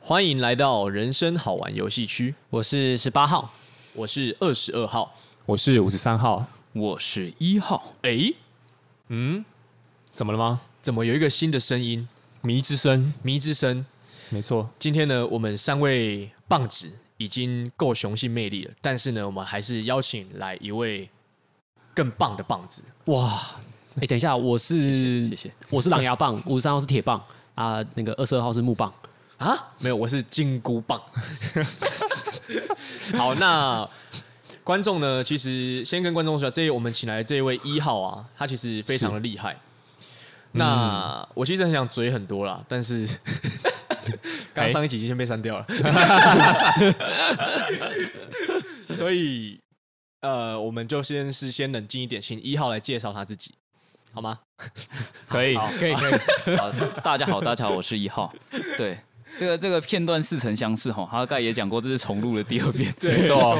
欢迎来到人生好玩游戏区，我是十八号，我是二十二号，我是五十三号，我是一号。诶，怎么了吗？怎么有一个新的声音？迷之声，迷之声。没错，今天呢，我们三位棒子已经够雄性魅力了，但是呢，我们还是邀请来一位更棒的棒子。哇，哎、等一下，我是谢谢谢谢我是狼牙棒，五十三号是铁棒啊、那个二十二号是木棒。啊，没有，我是金箍棒。 好，那观众呢？其实先跟观众说，这一我们请来的这一位一号啊，他其实非常的厉害。那、我其实很想嘴很多啦，但是刚上一集就先被删掉了， 所以呃，我们就先是先冷静一点，请一号来介绍他自己，好吗？可以好，可以可以。好，大家好，大家好，我是 一号。对，这个这个片段似曾相识哈，他大概也讲过，这是重录的第 二遍，对，没错，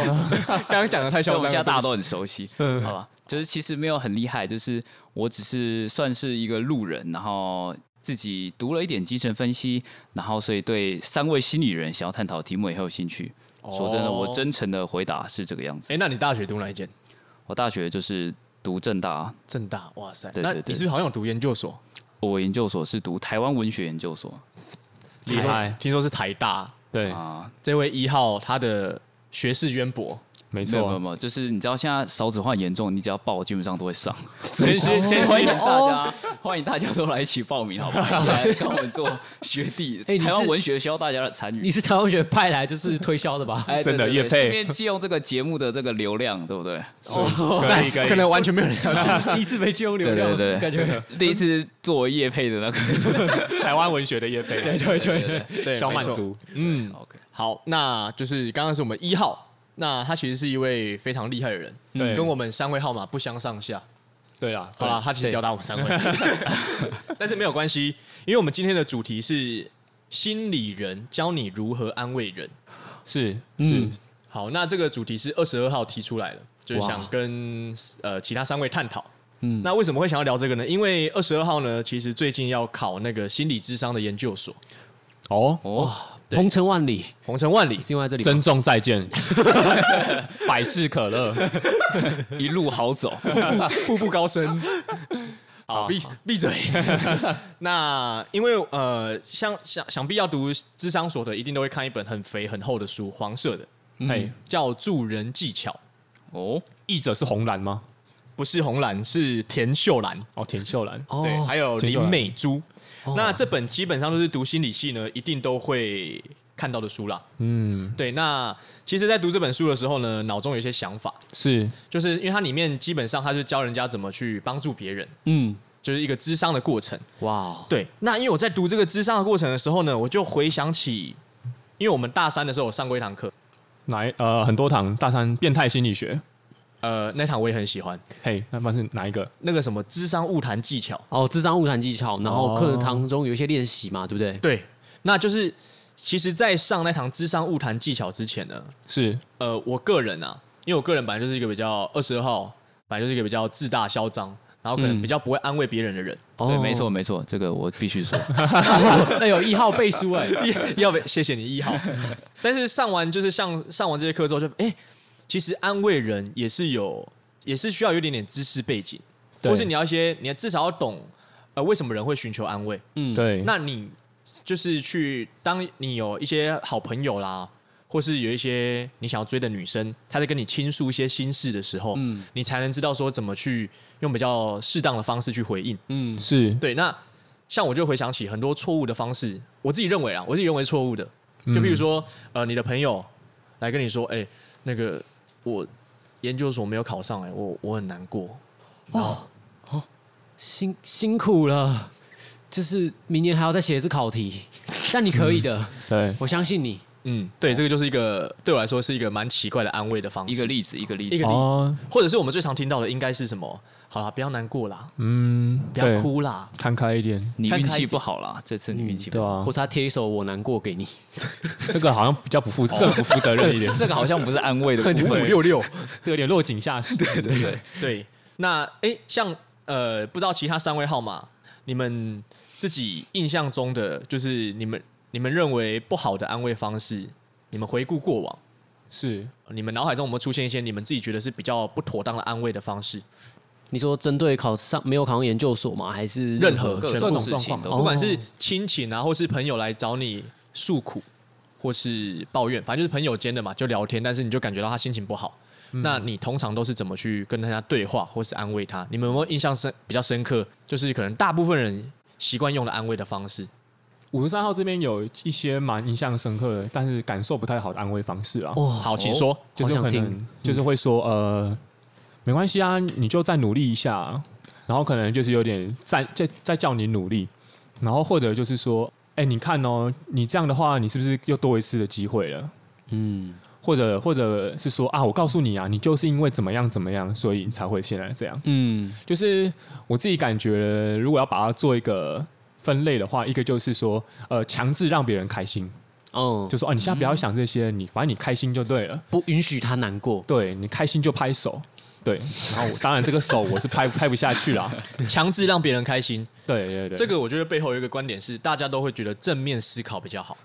刚刚讲的太嗯所以嚣张我们了，现在大家对不都很熟悉，好吧？就是其实没有很厉害，就是我只是算是一个路人，然后自己读了一点精神分析，然后所以对三位心理人想要探讨的题目也很有兴趣。起说真的，我哦真诚的回答是这个样子。哎、那你大学读哪一间？我大学就是读正大，正大，哇塞！对那对你对是不是好像有读研究所？我研究所是读台湾文学研究所听说是听说是台大。对，啊，这位一号他的学识渊博，没没有没有错，没有，就是你知道现在少子化严重，你只要报基本上都会上，所以先先欢迎大家，欢迎大家都来一起报名，好不好？一起来跟我们做学弟，哎你是台湾文学需要大家的参 与你。是台湾学派来就是推销的吧？哎真的对对业对配顺便借用这个节目的这个流量，对不对？可以可哦 可以，能完全没有人要听。 第一次没借用流对量，对对，感觉第一次作为业配的那个台湾文学的叶对配，对对 对，小没满错。足，嗯， ，OK， 好，那就是刚刚是我们一号，那他其实是一位非常厉害的人，对跟我们三位号码不相上下。对啦，好啦，他其实对吊打我们三位， 但是没有关系，因为我们今天的主题是心理人教你如何安慰人。是嗯是，好，那这个主题是二十二号提出来的，就是哇想跟呃其他三位探讨。嗯，那为什么会想要聊这个呢？因为二十二号呢，其实最近要考那个心理智商的研究所，哦，哦，对，鹏程万里红尘万里。是因为在这里吗。珍重 再见，百事可乐，一路 好走，步步高升。好，闭闭嘴。 那因为呃，像想想必要读智商所的，一定都会看一本很肥很厚的书，黄色的，哎，叫《助人技巧》，哦，译者是红蓝吗？不是红兰，是田秀兰。哦，田秀兰，对，哦，还有田秀林哦兰美珠。那这本基本上都是读心理系呢，一定都会看到的书啦。嗯，对，那其实，在读这本书的时候呢，脑中有一些想法，是就是因为它里面基本上它就教人家怎么去帮助别人，嗯，就是一个智商的过程。哇哦，对，那因为我在读这个智商的过程的时候呢，我就回想起，因为我们大三的时候我上过一堂课，哪一呃很多堂大三变态心理学，呃，那堂我也很喜欢，嘿，那不是哪一个？那个什么智商物谈技巧，哦，智商物谈技巧，然后哦课堂中有一些练习嘛，对不对？对，那就是其实，在上那堂智商物谈技巧之前呢，是呃，我个人啊，因为我个人本来就是一个比较二十号，本来就是一个比较自大嚣张，然后可嗯能比较不会安慰别人的人，哦对，没错，没错，这个我必须说，那有一号背书哎， 要不谢谢你一号，但是上完就是像上完这些课之后就，哎，其实安慰人也是有，也是需要有一点点知识背景，对或是你要一些，你至少要懂，呃，为什么人会寻求安慰？对，那你就是去，当你有一些好朋友啦，或是有一些你想要追的女生，她在跟你倾诉一些心事的时候，你才能知道说怎么去用比较适当的方式去回应。是对，那像我就回想起很多错误的方式，我自己认为啊，我自己认为错误的，就比如说、呃，你的朋友来跟你说，哎、那个我研究所没有考上、哎，我我很难过。辛辛苦了，就是明年还要再写一次考题，但你可以的，对，我相信你。嗯，对，这个就是一个对我来说是一个蛮奇怪的安慰的方式。一个例子，一个例一子个，例子，哦或者是我们最常听到的应该是什么？好啦，不要难过啦，嗯，不要对，哭啦，看开一点，你看运开一气点不好啦，这次你运气不对好，，啊或，是他贴一首《我难过》给你，这个好像比较不负，更不负责任一点 这个好像不是安 慰的部分，六，这有点落井下石。对对对，对，那诶，像呃，不知道其他三位号码，你们自己印象中的，就是你们你们认为不好的安慰方式，你们回顾过往，是你们脑海中有没有出现一些你们自己觉得是比较不妥当的安慰的方式？你说针对考上没有考上研究所吗？还是任何各全种部事情不哦都管哦是亲情啊，或是朋友来找你诉苦，或是抱怨，反正就是朋友间的嘛，就聊天，但是你就感觉到他心情不好。嗯那你通常都是怎么去跟大家对话，或是安慰他？你们有没有印象深比较深刻？就是可能大部分人习惯用的安慰的方式，五十三号这边有一些蛮印象深刻的，但是感受不太好的安慰方式啊。哇，好，请说。就是好想可能听嗯就是会说呃，没关系啊，你就再努力一下，啊然后可能就是有点再再再叫你努力，然后或者就是说，哎、你看哦，你这样的话，你是不是又多一次的机会了？嗯，或者或者是说啊，我告诉你啊，你就是因为怎么样怎么样，所以你才会现在这样。嗯，就是我自己感觉，如果要把它做一个分类的话，一个就是说，呃，强制让别人开心，哦，就说哦，你现在不要想这些，你反正你开心就对了。不允许他难过。对你开心就拍手，对，然后我当然这个手我是拍拍不下 去啦，强制让别人开心，对对 对，这个我觉得背后有一个观点是，大家都会觉得正面思考比较好。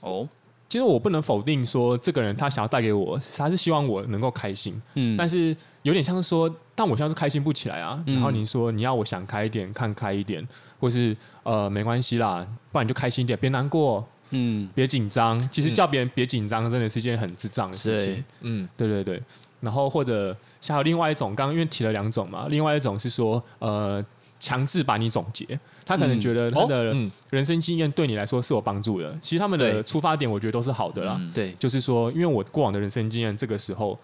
哦，其实我不能否定说这个人他想要带给我，他是希望我能够开心，嗯，但是有点像是说，但我现在是开心不起来啊，嗯然后你说你要我想开一点，看开一点，或是呃没关系啦，不然你就开心一点，别难过，嗯，别紧张，其实叫别人别紧张真的是一件很智障的事情，对，嗯，对对对，然后或者还有另外一种，刚刚因为提了两种嘛，另外一种是说呃强制把你总结，他可能觉得他的嗯人生经验对你来说是有帮助的，其实他们的对出发点我觉得都是好的啦，嗯对就是说因为我过往的人生经验，这个时候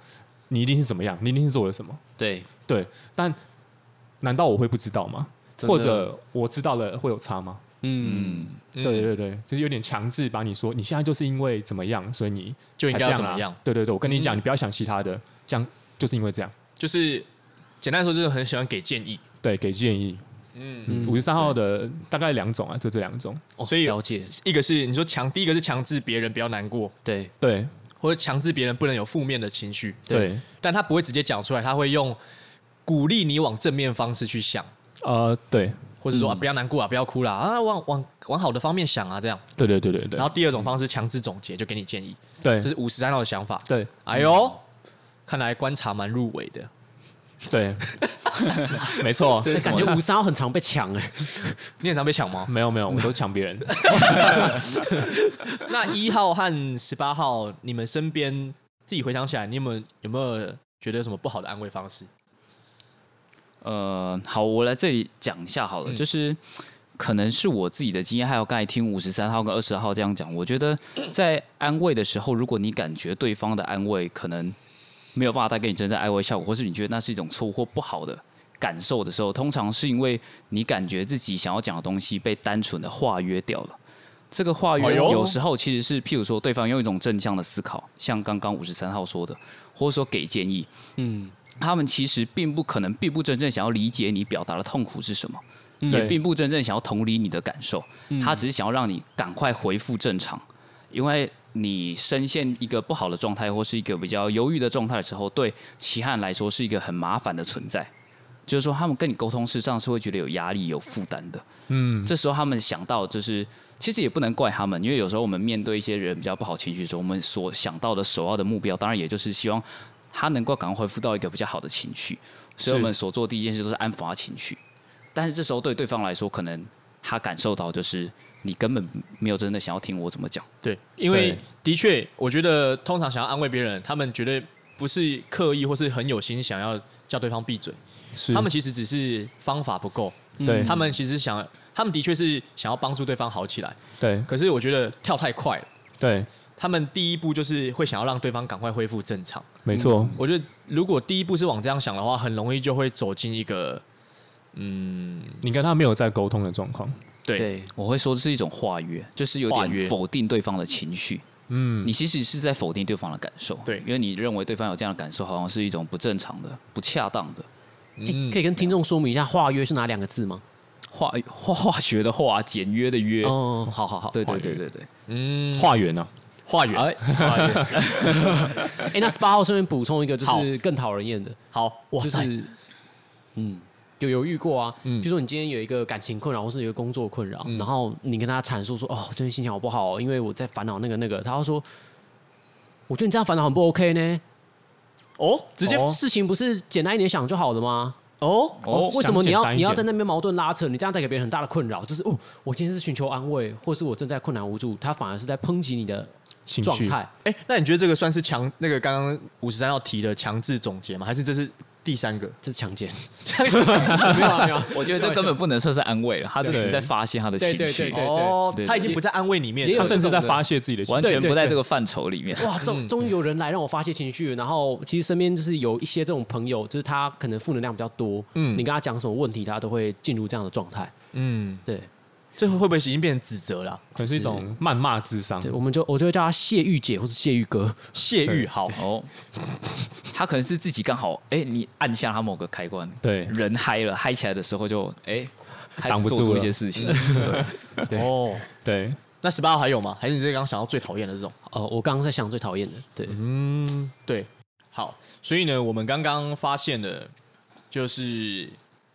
你一定是怎么样，你一定是做了什么，对，对，但难道我会不知道吗？真的或者我知道了会有差吗？嗯，嗯，对对对，就是有点强制把你说你现在就是因为怎么样，所以你就应该要才这怎么啊样？对对对，我跟你讲，嗯你不要想其他的，这样就是因为这样。就是简单来说，就是很喜欢给建议。对，给建议。嗯，五十三号的大概两种啊，就这两种。哦所以了解，一个是你说强，第一个是强制别人不要难过，对，对或者强制别人不能有负面的情绪，对，但他不会直接讲出来，他会用鼓励你往正面方式去想，呃，对或者说、啊不要难过啊，不要哭啦，啊往往往好的方面想啊这样。对对对对对，然后第二种方式强制总结，就给你建议，对嗯这是五十三号的想法。对哎呦，看来观察蛮入围的， 对，没错，哎感觉吴三很常被抢哎，你很常被抢 吗？没有没有，我都抢别人。那一号和十八号，你们身边自己回想起来，你有没有有没有觉得有什么不好的安慰方式？呃，好，我来这里讲一下好了，嗯就是可能是我自己的经验，还有刚才听五十三号跟二十号这样讲，我觉得在安慰的时候，如果你感觉对方的安慰可能没有办法带给你真正安慰效果，或是你觉得那是一种错误或不好的感受的时候，通常是因为你感觉自己想要讲的东西被单纯的化约掉了。这个化哎约呦有时候其实是，譬如说对方用一种正向的思考，像刚刚五十三号说的，或者说给建议，嗯，他们其实并不可能，并不真正想要理解你表达的痛苦是什么，也对并不真正想要同理你的感受，他只是想要让你赶快恢复正常，因为你深陷一个不好的状态或是一个比较忧郁的状态的时候，对其他人来说是一个很麻烦的存在。就是说，他们跟你沟通事实上是会觉得有压力、有负担的。嗯，这时候他们想到就是，其实也不能怪他们，因为有时候我们面对一些人比较不好情绪的时候，我们所想到的首要的目标，当然也就是希望他能够赶快恢复到一个比较好的情绪。所以我们所做的第一件事都是安抚他情绪，但是这时候对对方来说，可能他感受到就是你根本没有真的想要听我怎么讲。对，因为对的确，我觉得通常想要安慰别人，他们绝对不是刻意或是很有心想要叫对方闭嘴， 是嗯他们其实只是方法不够，对他们其实想，他们的确是想要帮助对方好起来，对可是我觉得跳太快了，对，他们第一步就是会想要让对方赶快恢复正常。没错，我觉得如果第一步是往这样想的话，很容易就会走进一个你跟他没有在沟通的状况。对我会说这是一种化约，就是有化约点否定对方的情绪。嗯，你其实是在否定对方的感受，对因为你认为对方有这样的感受，好像是一种不正常的、不恰当的哎可以跟听众说明一下化约是哪两个字吗？化 化化学的化，简约的约。哦，好好好，对对化约对对对，嗯化缘啊，化缘。化缘哎，那十八号顺便补充一个，就好是更讨人厌的，好，哇就塞，是嗯，有犹豫过啊。嗯比如说你今天有一个感情困扰，或是有一个工作困扰，然后你跟他阐述说：“哦，最近心情好不好？因为我在烦恼那个那个。”他会说：“我觉得你这样烦恼很不 OK 呢。哦，直接事情不是简单一点想就好了吗？哦，哦为什么你想简要单一点你要在那边矛盾拉扯？你这样带给别人很大的困扰。就是哦，我今天是寻求安慰，或是我正在困难无助，他反而是在抨击你的情状绪态。哎、那你觉得这个算是强那个刚刚五十三要提的强制总结吗？还是这是第三个？这是强 奸。没有啊，没有啊。 我觉得这根本不能算是安慰了，他这只是在发泄他的情绪，对对对哦对，他已经不在安慰里面，也有他他甚至在发泄自己的情完绪全不在这个范畴里面。哇，终终于有人来让我发泄情绪，然后其实身边就是有一些这种朋友，就是他可能负能量比较多，嗯嗯，你跟他讲什么问题，他都会进入这样的状态。嗯，对，这会不会已经变成指责了啊、可能是一种谩骂智商对，。我们就我就会叫他谢玉姐或是谢玉哥，泄 欲啊好，哦，他可能是自己刚好，哎、你按下他某个开关，对人嗨了，嗨起来的时候就哎，开挡始不做住出一了些事情。 对哦，对，那十八号还有吗？还是你这刚刚想到最讨厌的这种？呃，我刚刚在想最讨厌的，对，嗯，对，好，所以呢，我们刚刚发现的，就是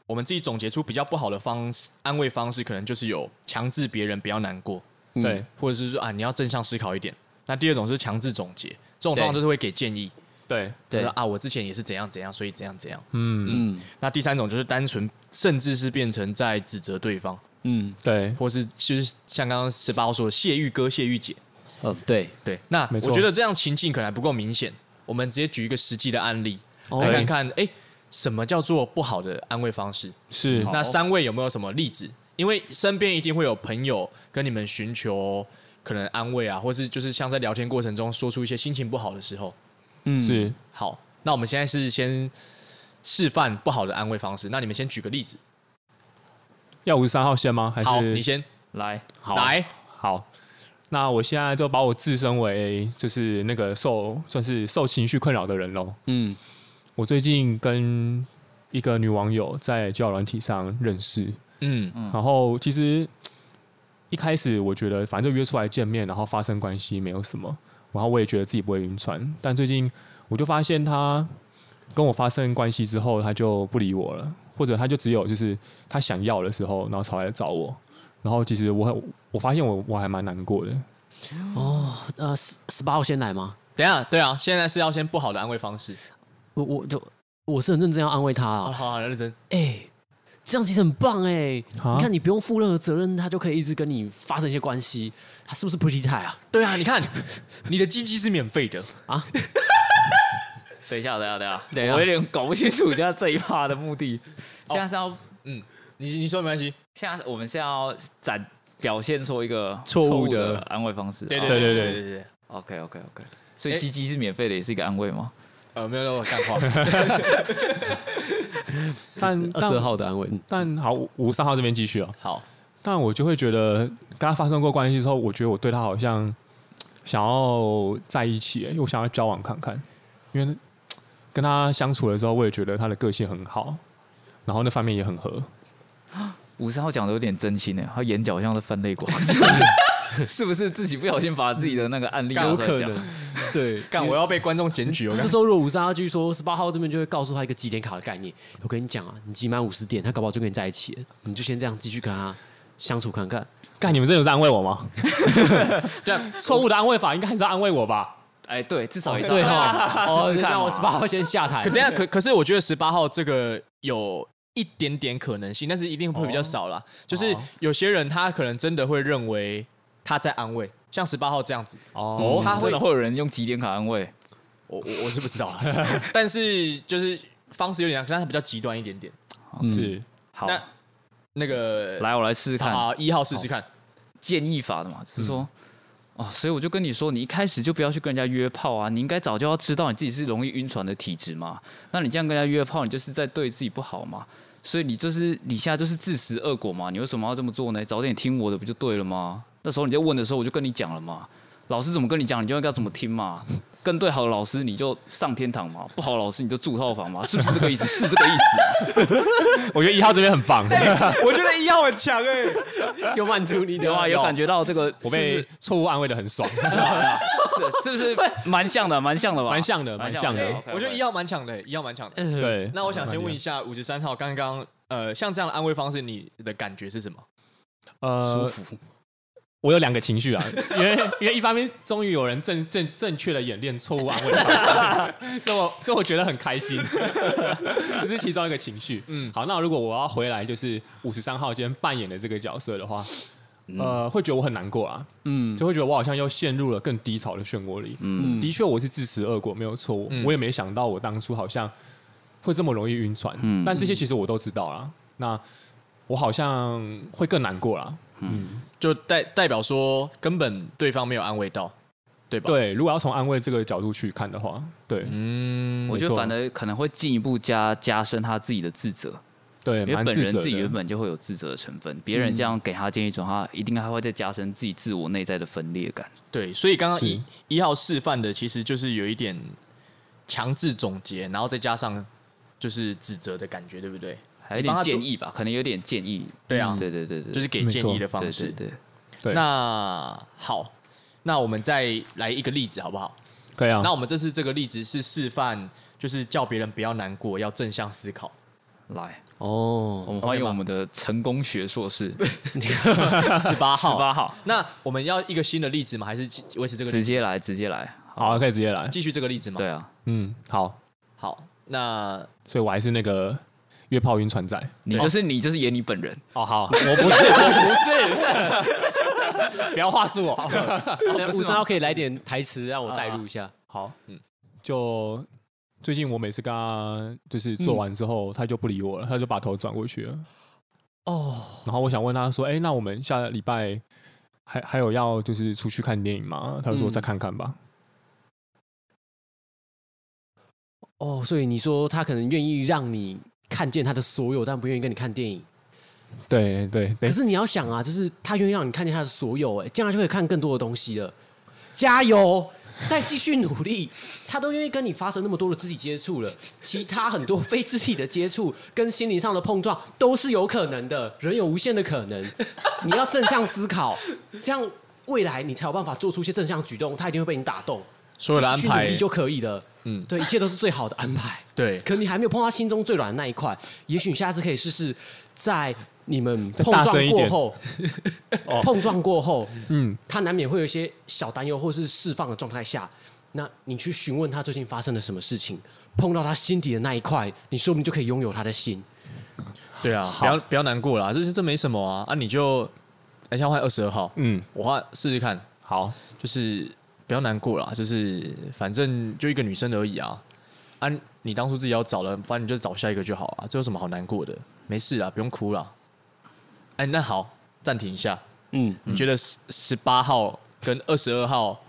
我们自己总结出比较不好的方式，安慰方式，可能就是有强制别人不要难过，对，或者是说啊，你要正向思考一点。那第二种是强制总结，这种通常对就是会给建议，对，就对是，啊，我之前也是怎样怎样，所以怎样怎样。嗯，嗯那第三种就是单纯，甚至是变成在指责对方，嗯对，或是就是像刚刚十八号说的谢玉哥、谢玉姐。呃，对，对，那没错我觉得这样情境可能还不够明显，我们直接举一个实际的案例、哦来看看，哎，什么叫做不好的安慰方式？是好那三位有没有什么例子？因为身边一定会有朋友跟你们寻求可能安慰啊，或是就是像在聊天过程中说出一些心情不好的时候。嗯是，好，那我们现在是先示范不好的安慰方式，那你们先举个例子。要五十三号先吗？还好，是你先来，啊好，来。好，那我现在就把我自身为就是那个受算是受情绪困扰的人喽。嗯我最近跟一个女网友在交友软体上认识，嗯然后其实一开始我觉得反正就约出来见面，然后发生关系没有什么，然后我也觉得自己不会晕船，但最近我就发现她跟我发生关系之后，她就不理我了，或者她就只有就是她想要的时候，然后才来找我。然后其实我很，我发现我我还蛮难过的，哦，呃，十十八号先来吗？等一下，对啊，现在是要先不好的安慰方式。我我就我是很认真要安慰他好啊，好好，认真。哎、这样其实很棒哎、啊你看你不用负任何责任，他就可以一直跟你发生一些关系，他是不是 pretty 态啊？对啊，你看你的鸡鸡是免费的。等一下，等一下，等一下，等一下哦我有点搞不清楚现在这一趴的 目的。现在是要，你你说没关系，现在我们是要展表现出一个错误误的的安慰方式。对对对对对对对， OK OK OK，所以哎鸡鸡是免费的，也是一个安慰吗？呃，没有没有干话，但二十二但号的安慰，嗯但好，五三号这边继续啊。好，但我就会觉得跟他发生过关系之后，我觉得我对他好像想要在一起，因为我想要交往看看，因为跟他相处的时候，我也觉得他的个性很好，然后那方面也很合。五三号讲的有点真心呢，他眼角好像在翻泪 光，是 不是自己不小心把自己的那个案例拿有出来可讲？能， 对，干我要被观众检举哦，这 时候如果五十二继续说，十八号这边就会告诉他一个几点卡的概念。我跟你讲啊，你集满五十点，他搞不好就跟你在一起了。你就先这样继续跟他相处看看。干，你们这种是安慰我 吗？对啊，错误的安慰法应该还是安慰我吧？哎，对，至少也对哈，哦试试看嘛那我十八号先下台可。等一下可可是我觉得十八号这个有一点点可能性，但是一定会比较少啦。就是有些人他可能真的会认为他在安慰，像十八号这样子，哦嗯哦，，他真的会有人用几点卡安慰？我我我是不知道啊，但是就是方式有点像，但是比较极端一点点。 是好，那那个来我来试试看，好一号试试看，建议法的嘛，就是说，哦，所以我就跟你说，你一开始就不要去跟人家约炮啊，你应该早就要知道你自己是容易晕船的体质嘛。那你这样跟人家约炮，你就是在对自己不好嘛。所以你就是你现在就是自食恶果嘛，你为什么要这么做呢？早点听我的不就对了吗？那时候你在问的时候，我就跟你讲了嘛。老师怎么跟你讲，你就应该怎么听嘛。跟对好的老师，你就上天堂嘛；不好的老师，你就住套房嘛。是不是这个意思？是这个意思啊嘛。我觉得一号这边很棒， 我觉得一号很强 哎，有满足你的有啊，有感觉到这个我是不是被错误安慰的很 爽。是是不是蛮像的，蛮像的吧？蛮像的蛮像的哎我觉得一号蛮强的，一号蛮强的。嗯对，那我想先问一下五十三号，刚刚呃，像这样的安慰方式，你的感觉是什么？呃，服。我有两个情绪啊， 因为因为一方面终于有人正正正确的演练错误安慰方式， 所以我所以我觉得很开心， 这是其中一个情绪。嗯，好，那如果我要回来就是五十三号今天扮演的这个角色的话，呃，会觉得我很难过啊，嗯就会觉得我好像又陷入了更低潮的漩涡里。嗯，的确我是自食恶果，没有错，我我也没想到我当初好像会这么容易晕船。嗯但这些其实我都知道啦，那我好像会更难过啊啦。就代代表说，根本对方没有安慰到，对吧？，对，如果要从安慰这个角度去看的话，对，嗯，我觉没得错反而可能会进一步加加深他自己的自责，对，因为蛮本自人责自己原的。嗯本就会有自责的成分，别人这样给他建议之后，他一定还会再加深自己自我内在的分裂感。对，所以刚刚是一一号示范的，其实就是有一点强制总结，然后再加上就是指责的感觉，对不对？还有帮他点做建议吧，可能有点建议。对啊嗯对对对对，就是给没建错议的方对式。对对，对那好，那我们再来一个例子好不好？可以啊那，我们这次这个例子是示范，就是叫别人不要难过，要正向思考。来，我哦，们欢 OK 迎吗我们的成功学硕士十八十号，八号，那我们要一个新的例子吗？还是继维持这个例直子？接来，直接来。好，可以直接来。继续这个例子吗？对，啊，嗯，好，好，那所以我还是那个约炮晕船仔。你就是你就是演你本人，哦，好，我不是，我不 是，不要话术我。五三号可以来点台词让我代入一下。好，嗯， 就最近我每次跟他就是做完之后，他就不理我了，他就把头转过去了。哦，然后我想问他说：“哎，那我们下礼拜还还有要就是出去看电影吗？”他就说：“嗯再看看吧。哦，所以你说他可能愿意让你看见他的所有，但不愿意跟你看电影。”对对可对，是你要想啊，就是他愿意让你看见他的所有、哎，这样他就可以看更多的东西了。加油，再继续努力。他都愿意跟你发生那么多的肢体接触了，其他很多非肢体的接触跟心灵上的碰撞都是有可能的，人有无限的可能。你要正向思考，这样未来你才有办法做出一些正向举动，他一定会被你打动。所有的安继续努排力，就可以了。嗯，对，一切都是最好的安排。对可你还没有碰到心中最软的那一块，也许你下次可以试试，在你们再碰大声撞一过点 哦后，碰撞过后，嗯，他难免会有一些小担忧或是释放的状态下，那你去询问他最近发生了什么事情，碰到他心底的那一块，你说不定就可以拥有他的心。对啊，不要不要难过啦，这是这没什么啊啊，你就等一下换二十二号，嗯，我换试试看，好，就是不要难过啦，就是反正就一个女生而已啊啊，你当初自己要找了，不然你就找下一个就好啊，这有什么好难过的？没事啊，不用哭啦。哎，那好，暂停一下，嗯，你觉得十十八号跟二十二号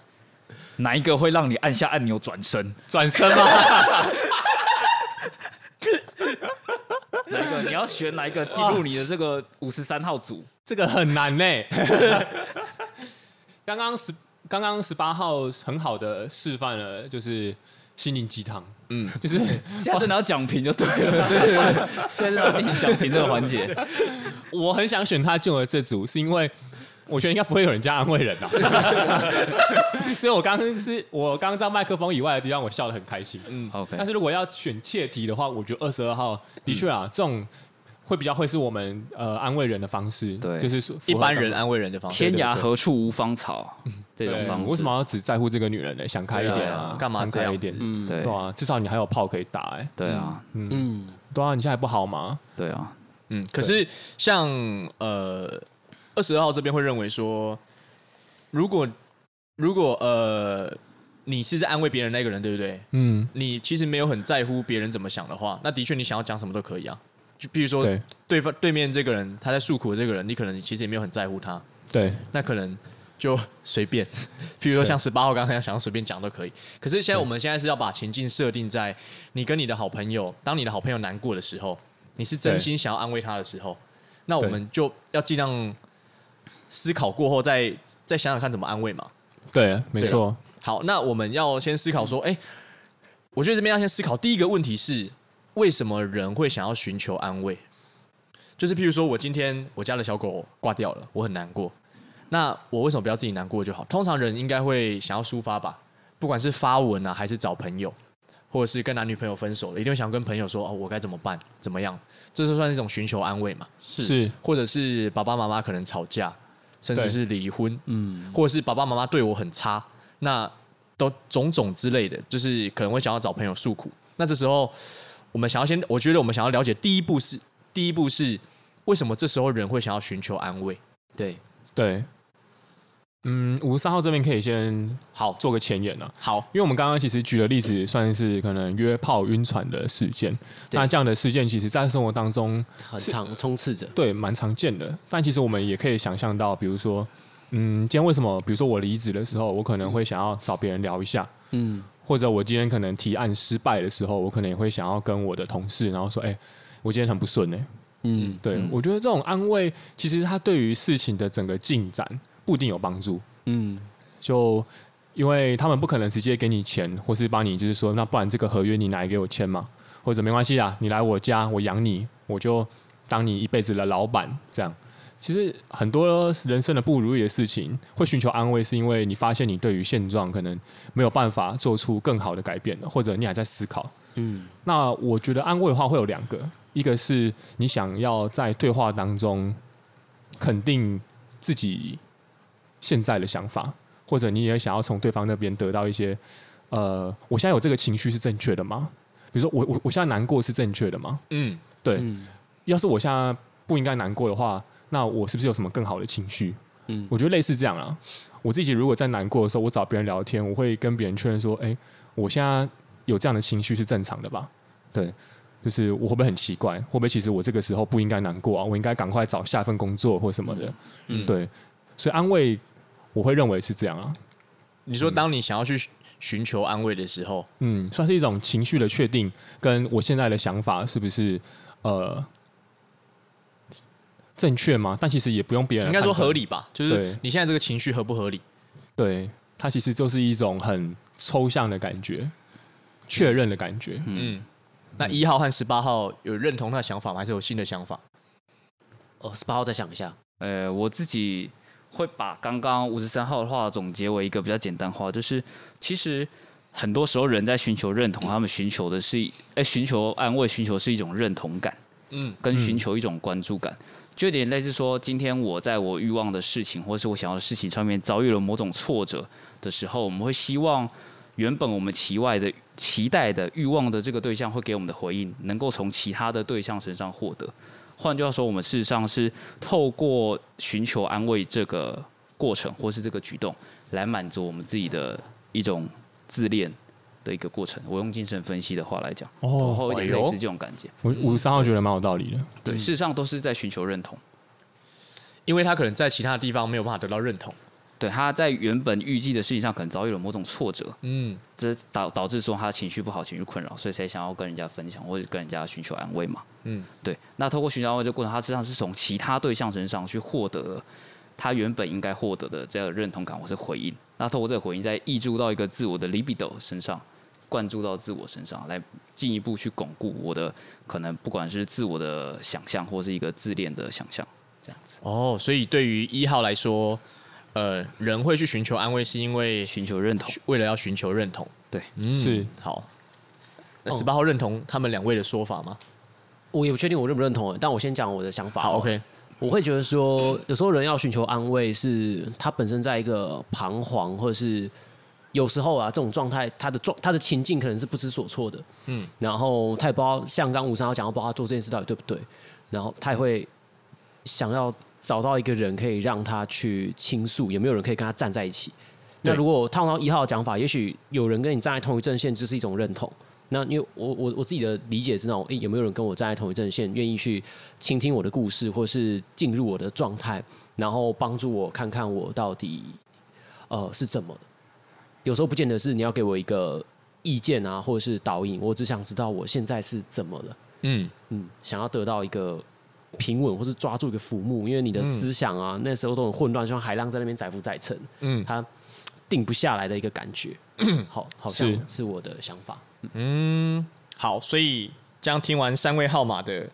哪一个会让你按下按钮转身？转身吗？哪一个你要选哪一个进入你的这个五十三号组？这个很难呢、 刚刚十刚刚十八号很好的示范了，就是心灵鸡汤。嗯，就是现在真的要讲评就对了，对对对，现在是要进行讲评这个环节。我很想选他进我的这组，是因为我觉得应该不会有人家安慰人 啊。所以我刚刚是我刚刚在麦克风以外的地方，我笑得很开心。嗯， OK，但是如果要选切题的话，我觉得二十二号的确啊，这种会比较会是我们呃安慰人的方式，对就是说符 一合般感人安慰人的方式？天涯何处无芳草这种对方式，为什么要只在乎这个女人呢？想开一对点啊啊，干嘛看这开样一子点？嗯对对啊，至少你还有炮可以打哎、对啊，嗯，对啊，你现在还不好吗？对啊，嗯，可是像呃二十二号这边会认为说，如果如果呃你是在安慰别人那个人，对不对？嗯，你其实没有很在乎别人怎么想的话，那的确你想要讲什么都可以啊。就比如说对对方对面这个人，他在诉苦的这个人，你可能其实也没有很在乎他，对，那可能就随便。比如说像十八号刚才想要随便讲都可以。可是现在我们现在是要把情境设定在你跟你的好朋友，当你的好朋友难过的时候，你是真心想要安慰他的时候，那我对们就要尽量思考过后再再想想看怎么安慰嘛。对，没错，好，那我们要先思考说，哎、我觉得这边要先思考第一个问题是，为什么人会想要寻求安慰？就是譬如说我今天我家的小狗挂掉了，我很难过，那我为什么不要自己难过就好？通常人应该会想要抒发吧，不管是发文啊，还是找朋友，或者是跟男女朋友分手了，一定会想跟朋友说哦，我该怎么办？怎么样？这就算是一种寻求安慰嘛。是或者是爸爸妈妈可能吵架，甚至对是离婚，嗯，或者是爸爸妈妈对我很差，那都种种之类的，就是可能会想要找朋友诉苦。那这时候，我们想要先，我觉得我们想要了解第一步是，第一步是为什么这时候人会想要寻求安慰？对，对。嗯，五十三号这边可以先好做个前言啊，好，因为我们刚刚其实举的例子算是可能约炮晕船的事件，对那这样的事件其实在生活当中很常充斥着。对，蛮常见的。但其实我们也可以想象到，比如说，嗯，今天为什么？比如说我离职的时候，我可能会想要找别人聊一下，嗯，或者我今天可能提案失败的时候，我可能也会想要跟我的同事，然后说，哎、我今天很不顺哎、嗯，对、嗯我觉得这种安慰，其实它对于事情的整个进展不一定有帮助。嗯，就因为他们不可能直接给你钱，或是帮你就是说，那不然这个合约你拿来给我签嘛，或者没关系啊，你来我家我养你，我就当你一辈子的老板这样。其实很多人生的不如意的事情，会寻求安慰，是因为你发现你对于现状可能没有办法做出更好的改变了，或者你还在思考。嗯，那我觉得安慰的话会有两个，一个是你想要在对话当中肯定自己现在的想法，或者你也想要从对方那边得到一些，呃，我现在有这个情绪是正确的吗？比如说我我我现在难过是正确的吗？嗯，对，嗯要是我现在不应该难过的话，那我是不是有什么更好的情绪？嗯嗯，我觉得类似这样啊。我自己如果在难过的时候，我找别人聊天，我会跟别人确认说，哎、我现在有这样的情绪是正常的吧？对，就是我会不会很奇怪？会不会其实我这个时候不应该难过啊？我应该赶快找下一份工作或什么的。嗯对，所以安慰我会认为是这样啊。你说当你想要去寻寻求安慰的时候，嗯，算是一种情绪的确定，跟我现在的想法是不是呃正确吗？但其实也不用别人应该说判断合，理吧？就是啊对你现在这个情绪合不合理？对，它其实就是一种很抽象的感觉，确认的感觉。嗯，那一号和十八号有认同他的想法吗？还是有新的想法？哦，十八号再想一下，呃，我自己会把刚刚五十三号的话总结为一个比较简单化，就是其实很多时候人在寻求认同，他们寻求的是，哎，寻求安慰，寻求是一种认同感，嗯，跟寻求一种关注感，就有点类似说，今天我在我欲望的事情，或是我想要的事情上面遭遇了某种挫折的时候，我们会希望原本我们期外的、期待的、欲望的这个对象会给我们的回应，能够从其他的对象身上获得。换句话说，我们事实上是透过寻求安慰这个过程，或是这个举动，来满足我们自己的一种自恋的一个过程。我用精神分析的话来讲，然哦，后有点类似这种感觉。我五十三号觉得蛮有道理的。对，事实上都是在寻求认同。因为他可能在其他地方没有办法得到认同。对，他在原本预计的事情上可能遭遇了某种挫折，嗯，这导导致说他情绪不好，情绪困扰，所以才想要跟人家分享或者跟人家寻求安慰嘛。嗯嗯，对。那透过寻求安慰这个过程，他实际上是从其他对象身上去获得了他原本应该获得的这样的认同感或是回应。那透过这个回应，再溢注到一个自我的 libido 身上，灌注到自我身上，来进一步去巩固我的可能，不管是自我的想象或是一个自恋的想象，这样子哦，所以对于一号来说，呃，人会去寻求安慰，是因为寻求认同。为了要寻求认同。对，嗯是好。那十八号认同他们两位的说法吗？我也不确定我认不认同，但我先讲我的想法。好，OK，我会觉得说，有时候人要寻求安慰，是他本身在一个彷徨，或者是有时候啊这种状态，他的状他的情境可能是不知所措的，嗯，然后他也不知道，像刚吴三号讲，他不知道他做这件事到底对不对，然后他也会想要找到一个人可以让他去倾诉，有没有人可以跟他站在一起？那对如果套到一号的讲法，也许有人跟你站在同一阵线，就是一种认同。那因为我我我自己的理解是那种，诶、有没有人跟我站在同一阵线，愿意去倾听我的故事，或是进入我的状态，然后帮助我看看我到底呃是怎么的。有时候不见得是你要给我一个意见啊，或者是导引，我只想知道我现在是怎么了。嗯，嗯，想要得到一个平稳，或是抓住一个浮木，因为你的思想啊，那时候都很混乱，就像海浪在那边载浮载沉，嗯，它定不下来的一个感觉。好，好像是是我的想法。好，所以这样听完三位号码的，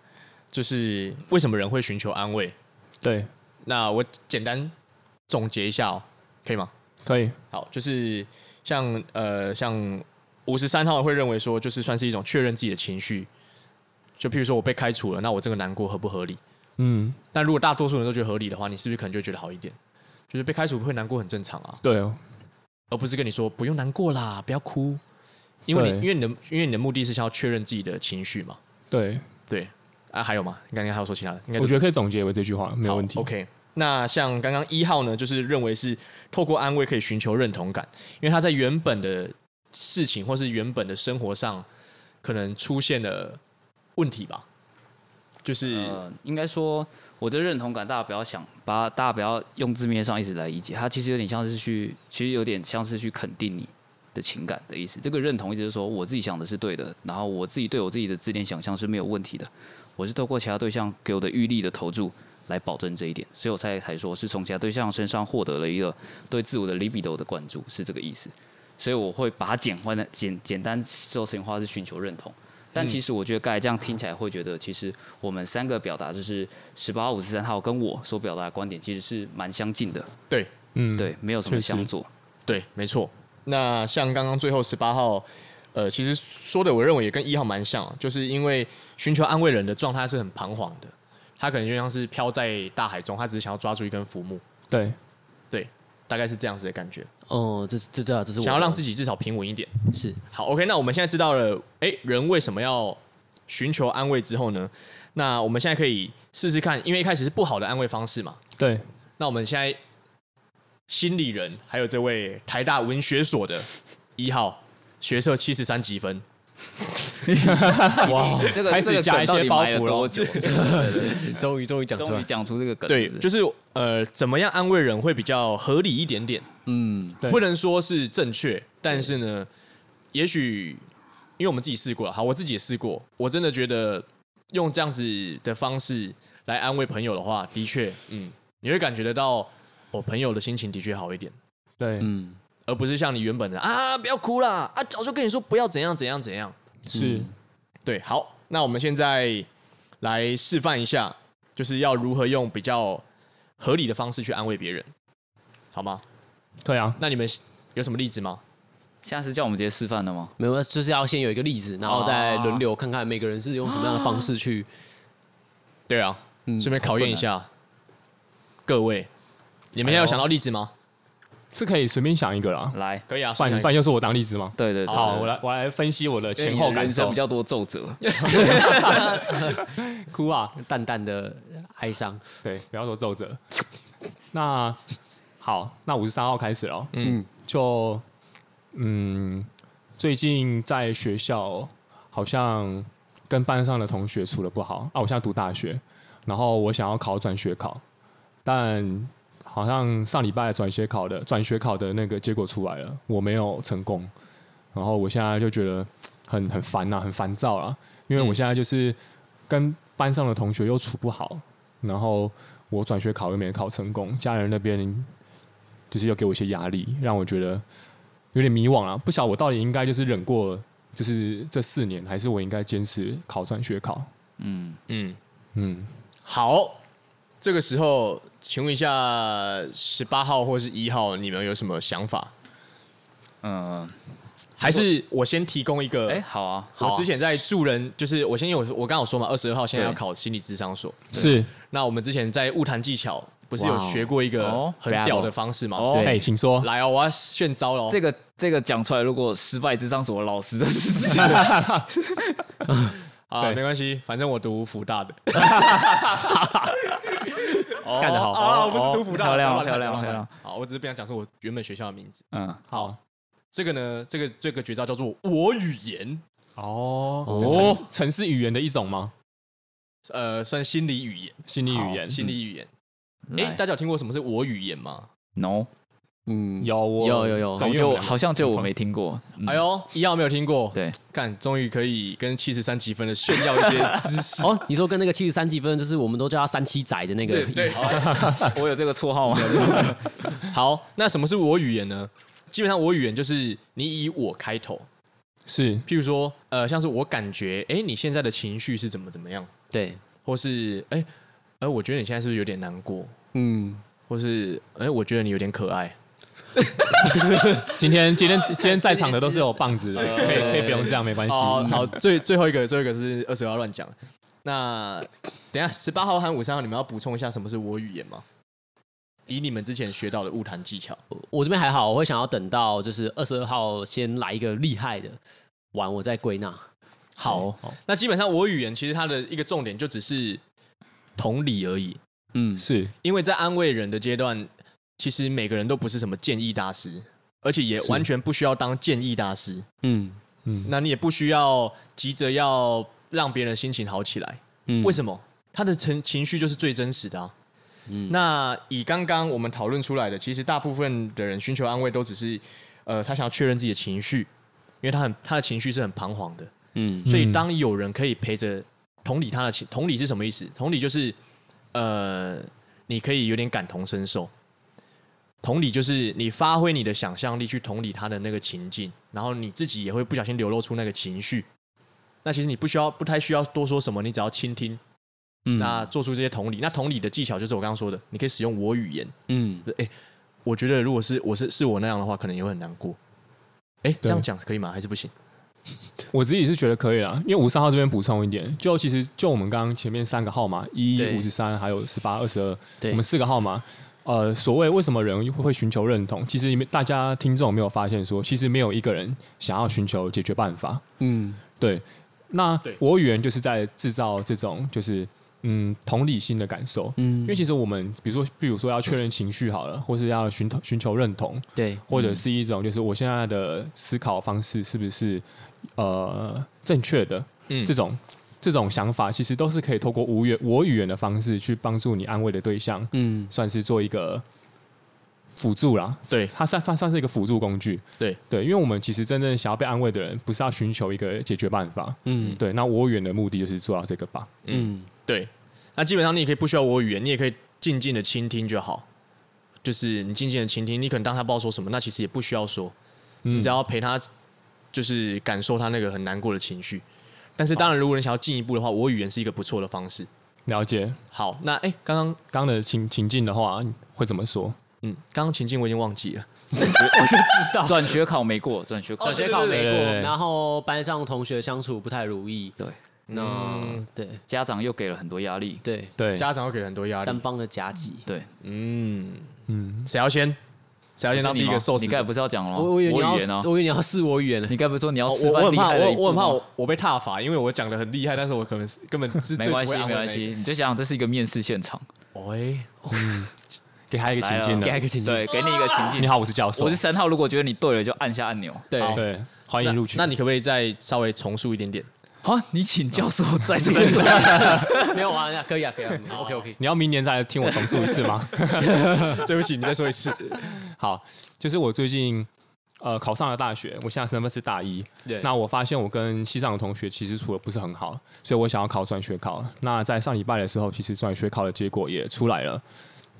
就是为什么人会寻求安慰？对，那我简单总结一下哦，可以吗？可以，好，就是像呃像五十三号会认为说，就是算是一种确认自己的情绪。就譬如说我被开除了，那我这个难过合不合理？嗯，但如果大多数人都觉得合理的话，你是不是可能就会觉得好一点？就是被开除会难过很正常啊，对哦，而不是跟你说不用难过啦，不要哭，因为你因对为你的因为你的目的是想要确认自己的情绪嘛。对，对啊，还有吗？你刚刚还有说其他的？应该我就觉得可以总结为这句话，没有问题。好 OK，那像刚刚一号呢，就是认为是透过安慰可以寻求认同感，因为他在原本的事情或是原本的生活上可能出现了问题吧，就是、呃，应该说我的认同感，大家不要想，把大家不要用字面上一直来理解，它其实有点像是去，其实有点像是去肯定你的情感的意思。这个认同意思是说，我自己想的是对的，然后我自己对我自己的自恋想象是没有问题的，我是透过其他对象给我的预力的投注。来保证这一点，所以我才才说是从其他对象身上获得了一个对自我的 libido 的关注，是这个意思。所以我会把它简化的简简单说成话是寻求认同。但其实我觉得刚才这样听起来会觉得，其实我们三个表达就是十八、五十三号跟我所表达的观点其实是蛮相近的，对嗯，对，没有什么确实相左。对，没错。那像刚刚最后十八号，呃，其实说的我认为也跟一号蛮像啊，就是因为寻求安慰人的状态是很彷徨的，他可能就像是飘在大海中，他只是想要抓住一根浮木，对，大概是这样子的感觉，哦，这是这对啊，这是我想要让自己己至少平稳一点。是好，OK，那我们现在知道了，诶，人为什么要寻求安慰之后呢？那我们现在可以试试看，因为一开始是不好的安慰方式嘛。对，那我们现在心理人，还有这位台大文学所的一号学测七十三积 分， 哇，这个开始这个加梗一到些底包埋了袱了多久？终于终于讲出终于来，讲出这个梗，对，就是是呃，怎么样安慰人会比较合理一点点，嗯，对不能说是正确，但是呢，也许因为我们自己试过了，好，我自己也试过，我真的觉得用这样子的方式来安慰朋友的话，的确，嗯，你会感觉得到我朋友的心情的确好一点，对，嗯，而不是像你原本的啊，不要哭啦，啊，早就跟你说不要怎样怎样怎样。是嗯对，好，那我们现在来示范一下，就是要如何用比较合理的方式去安慰别人，好吗？对啊，那你们有什么例子吗？现在是叫我们直接示范了吗？没有，就是要先有一个例子，然后再轮流看看每个人是用什么样的方式去。对啊，嗯顺便考验一下各位，你们现在有想到例子吗？是可以随便想一个啦。来，可以啊，不然顺便不然又是我当例子吗？对对对，好，对我来我来分析我的前因为后你的感人生受比。较多皱褶，哭啊，淡淡的哀伤，对，不要说皱褶。 那好，那五十三号开始了。嗯，就嗯，最近在学校好像跟班上的同学处的不好啊。我现在读大学，然后我想要考转学考，但好像上礼拜转学考的转学考的那个结果出来了，我没有成功。然后我现在就觉得很很烦啊呐、很烦躁啦，因为我现在就是跟班上的同学又处不好，然后我转学考又没考成功，家人那边就是又给我一些压力，让我觉得有点迷惘了。不晓得我到底应该就是忍过，就是这四年，还是我应该坚持考转学考？嗯，嗯，嗯，好。这个时候，请问一下十八号或是一号，你们有什么想法？嗯，还是我先提供一个？哎，好啊，我好啊之前在助人，就是我先有我刚有说嘛，二十二号现在要对考心理智商所。是，那我们之前在物谈技巧不是有哇哦学过一个哦很屌的方式吗？哦哎、请说。来哦，我要炫招喽！这个这个讲出来，如果失败智商所老师真是啊，对没关系，反正我读福大的，干得好啊我不是读福福大的漂亮不要乱看不漂亮要漂乱亮看，好，我只是不想讲出我原本学校的名字。嗯，好这个呢，这个这个绝招叫做我语言，哦哦城 城市语言的一种吗？呃，算心理语言，心理语言嗯心理语言。哎，哎，大家有听过什么是我语言吗？ no，嗯，有我有有有。对我因为我就们好像就我没听过。嗯哎，呦，一号没有听过，对，看，终于可以跟七十三积分的炫耀一些知识 哦，你说跟那个七十三积分，就是我们都叫他三七仔的那个，对对，好 我有这个绰号吗？ 好，那什么是我语言呢？基本上我语言就是你以我开头，是譬如说，呃，像是我感觉，哎、你现在的情绪是怎么怎么样，对，或是哎，呃，我觉得你现在是不是有点难过，嗯，或是哎、我觉得你有点可爱，今天今 天今天在场的都是有棒子的，可以可以不用这样，没关系。哦，好，最最后一个，最后一个是二十号乱讲。那等一下十八号和五三号，你们要补充一下什么是我语言吗？以你们之前学到的物谈技巧，我这边还好，我会想要等到就是二十二号先来一个厉害的完，我再归纳。 好，嗯那基本上我语言其实它的一个重点就只是同理而已，嗯，是因为在安慰人的阶段，其实每个人都不是什么建议大师，而且也是完全不需要当建议大师。嗯嗯，那你也不需要急着要让别人心情好起来，嗯为什么？他的情情绪就是最真实的啊。那以刚刚我们讨论出来的，其实大部分的人寻求安慰都只是，呃，他想要确认自己的情绪，因为他很他的情绪是很彷徨的。嗯所以当有人可以陪着同理他的情，同理是什么意思？同理就是，呃，你可以有点感同身受。同理就是你发挥你的想象力去同理他的那个情境，然后你自己也会不小心流露出那个情绪。那其实你不需要不太需要多说什么，你只要倾听，嗯那做出这些同理。那同理的技巧就是我刚刚说的，你可以使用我语言。嗯对，哎，我觉得如果是我是是我那样的话，可能也会很难过。哎，这样讲可以吗？还是不行？我自己是觉得可以啦，因为五三号这边补充一点，就其实就我们刚刚前面三个号码，一对五十三还有十八二十二，对我们四个号码，呃，所谓为什么人会寻求认同，其实你们大家听众有没有发现说，其实没有一个人想要寻求解决办法，嗯对，那对我语言就是在制造这种就是嗯同理心的感受，嗯，因为其实我们比如说比如说要确认情绪好了，或是要寻求寻求认同，对，或者是一种就是我现在的思考方式是不是呃正确的，嗯这种这种想法其实都是可以透过无语我语言的方式去帮助你安慰的对象，嗯算是做一个辅助啦。对它算算算是一个辅助工具。对对，因为我们其实真正想要被安慰的人，不是要寻求一个解决办法。嗯对，那我远的目的就是做到这个吧。嗯对，那基本上你也可以不需要我语言，你也可以静静的倾听就好。就是你静静的倾听，你可能当他不知道说什么，那其实也不需要说，嗯你只要陪他，就是感受他那个很难过的情绪。但是当然，如果你想要进一步的话，我语言是一个不错的方式。了解好，那哎，刚刚刚的情情境的话，你会怎么说？嗯，刚刚情境我已经忘记了。 转学考没过，转学哦考小学考没对过对对，然后班上同学相处不太如意，对，那对家长又给了很多压力，对，对，家长会给人很多压三力。帮的夹击。对，嗯，嗯，谁要先？谁要先当不第是你一吗个受死你刚才者？不是要讲了吗？我我以为你要，语言哦，我以为你要试我语言了你。该不是说你要哦示我范我很厉怕，害的我一步我很怕吗我我被踏伐，因为我讲的很厉害，但是我可能是根本是最没不会关系，安慰没关的那系，你就想想这是一个面试现场，个。喂，给他一个情境来了啊的。哦个情境对，给你一个情境。你好，我是教授。我是三号，如果觉得你对了，就按下按钮。对，好对，欢那迎录取。那你可不可以再稍微重述一点点？好，你请教授再这 没有啊，那可以啊，可以啊嗯，OK OK。你要明年再来听我重述一次吗？ 对不起，你再说一次。 好，就是我最近呃考上了大学，我现在身份是大一。对，那我发现我跟西藏的同学其实处的不是很好，所以我想要考转学考。那在上礼拜的时候，其实转学考的结果也出来了，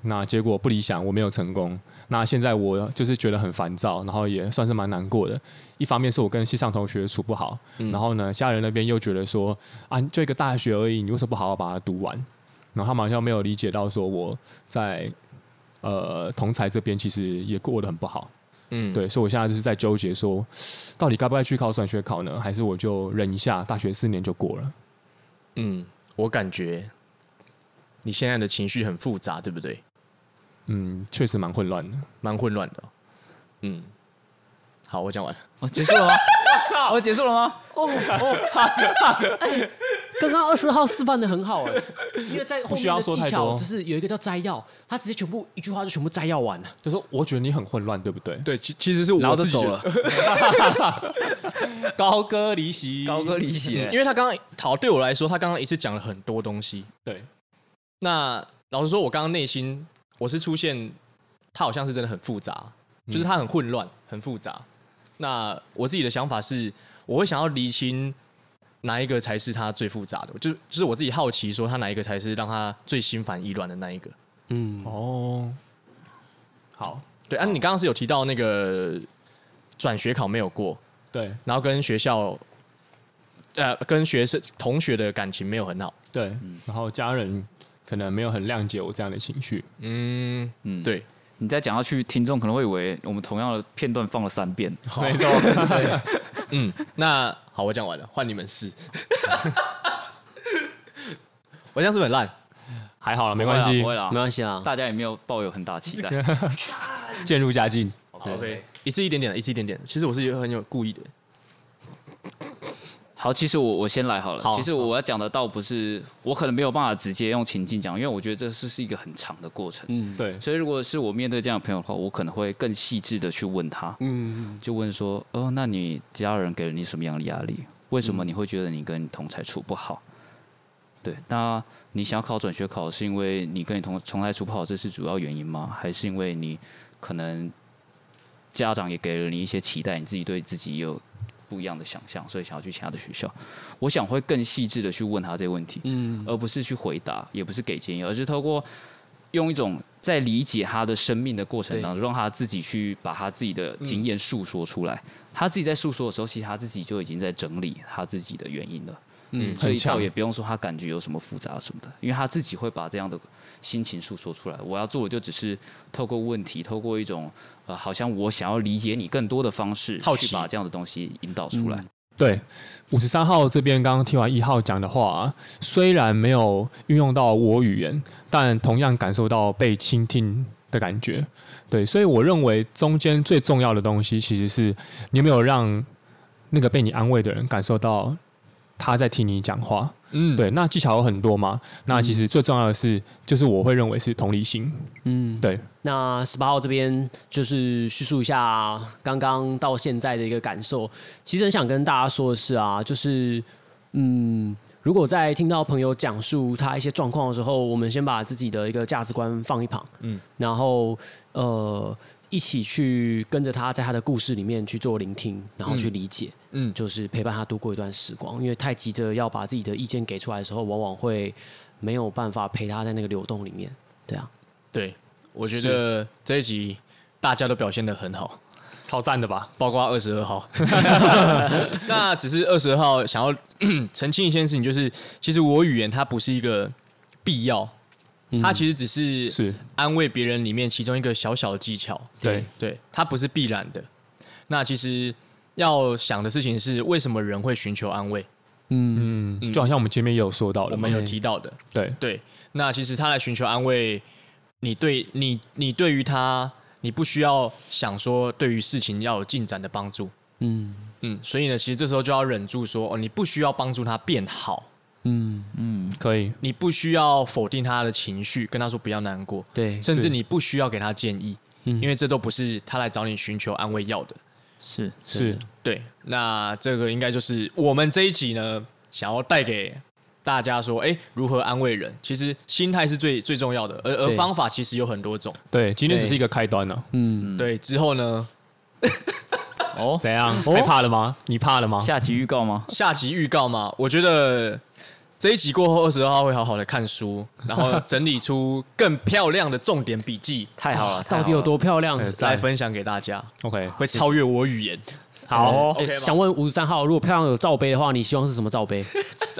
那结果不理想，我没有成功。那现在我就是觉得很烦躁，然后也算是蛮难过的。一方面是我跟西藏同学处不好，然后呢，家人那边又觉得说啊，就一个大学而已，你为什么不好好把它读完？然后他们好像没有理解到说我在呃同才这边其实也过得很不好。嗯，对，所以我现在就是在纠结说，到底该不该去考转学考呢？还是我就忍一下，大学四年就过了？嗯，我感觉你现在的情绪很复杂，对不对？嗯，确实蛮混乱的。蛮混乱的哦、嗯，好，我讲完了。我哦结束了吗？我结束了吗？刚刚二十号示范的很好哎， 因为在后不面需要的说技太巧多就是有一个叫摘要，他直接全部一句话就全部摘要完了。就是我觉得你很混乱，对不对？对，其其实是我然后自就己走觉得了，， 高歌离席，高歌离席。嗯因为他刚刚好对我来说，他刚刚一次讲了很多东西。对，那老实说，我刚刚内心我是出现，他好像是真的很复杂，就是他很混乱，很复杂。那我自己的想法是，我会想要厘清哪一个才是他最复杂的，就就是我自己好奇说他哪一个才是让他最心烦意乱的那一个。嗯，哦，好，对，啊，你刚刚是有提到那个转学考没有过，对然后跟学校，呃，跟学生同学的感情没有很好。对，然后家人可能没有很谅解我这样的情绪。嗯，嗯对。你再讲下去，听众可能会以为我们同样的片段放了三遍。没错， 嗯，那好，我讲完了，换你们试。 我这样是不是很烂，还好了，没关系不，会啦，没关系啊，大家也没有抱有很大期待。 渐入佳境。好 OK，一次一点点，啊一次一点点。其实我是有很有故意的，好，其实我我先来好了。好其实我要讲的倒不是，我可能没有办法直接用情境讲，因为我觉得这是是一个很长的过程。对，所以如果是我面对这样的朋友的话，我可能会更细致的去问他，嗯，就问说，哦，那你家人给了你什么样的压力？为什么你会觉得你跟你同才处不好？对，那你想要考转学考，是因为你跟你同同才处不好，这是主要原因吗？还是因为你可能家长也给了你一些期待，你自己对自己也有不一样的想象，所以想要去其他的学校？我想会更细致的去问他这个问题，嗯，而不是去回答，也不是给建议，而是透过用一种在理解他的生命的过程当中，让他自己去把他自己的经验诉说出来。他自己在诉说的时候，其实他自己就已经在整理他自己的原因了。嗯，所以很强倒也不用说他感觉有什么复杂什么的，因为他自己会把这样的心情诉说出来。我要做的就只是透过问题，透过一种呃，好像我想要理解你更多的方式，好奇去把这样的东西引导出来。对，五十三号这边刚刚听完一号讲的话，虽然没有运用到我语言，但同样感受到被倾听的感觉。对，所以我认为中间最重要的东西，其实是你有没有让那个被你安慰的人感受到他在听你讲话。嗯，对，那技巧有很多嘛，那其实最重要的是，就是我会认为是同理心。嗯，对，那十八号这边就是叙述一下刚刚到现在的一个感受。其实很想跟大家说的是啊，就是嗯，如果在听到朋友讲述他一些状况的时候，我们先把自己的一个价值观放一旁，嗯，然后呃，一起去跟着他在他的故事里面去做聆听，然后去理解，嗯嗯，就是陪伴他度过一段时光。因为太急着要把自己的意见给出来的时候，往往会没有办法陪他在那个流动里面。对啊，对，我觉得这一集大家都表现的很好，超赞的吧？包括二十二号。 那只是二十二号想要 澄清一件事情，就是其实我语言它不是一个必要，它其实只嗯是是安慰别人里面其中一个小小的技巧。对，对，它不是必然的。那其实要想的事情是，为什么人会寻求安慰？嗯，就好像我们前面也有说到我的嘛，们有提到的，对，对。那其实他来寻求安慰，你对你你对于他，你不需要想说对于事情要有进展的帮助，嗯。嗯。所以呢，其实这时候就要忍住说，哦，你不需要帮助他变好，嗯，可以，你不需要否定他的情绪，跟他说不要难过，对，甚至是你不需要给他建议，嗯因为这都不是他来找你寻求安慰要的。是是对，那这个应该就是我们这一集呢，想要带给大家说，哎，如何安慰人？其实心态是最最重要的，而而对方法其实有很多种。对，今天只是一个开端呢、啊嗯，对，之后呢，哦。怎样？害怕了吗？你怕了吗？下集预告吗？下集预告嘛，我觉得这一集过后，二十二号会好好的看书， 然后整理出更漂亮的重点笔 记太好了，哎太到好底有了多漂亮？哎呃来赞分享给大家， ，OK，会超越我语言。好、哦 OK 吧哦想问五十三号，如果漂亮有罩杯的话，你希望是什么罩杯？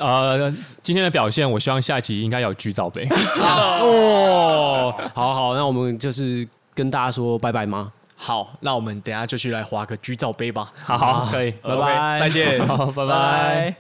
呃，今天的表现，我希望下集应该有剧照呗。哦，好好，那我们就是跟大家说拜拜吗？好，那我们等一下就去来划个居照杯吧。 啊好，可以，拜拜 OK，再见。好，拜拜。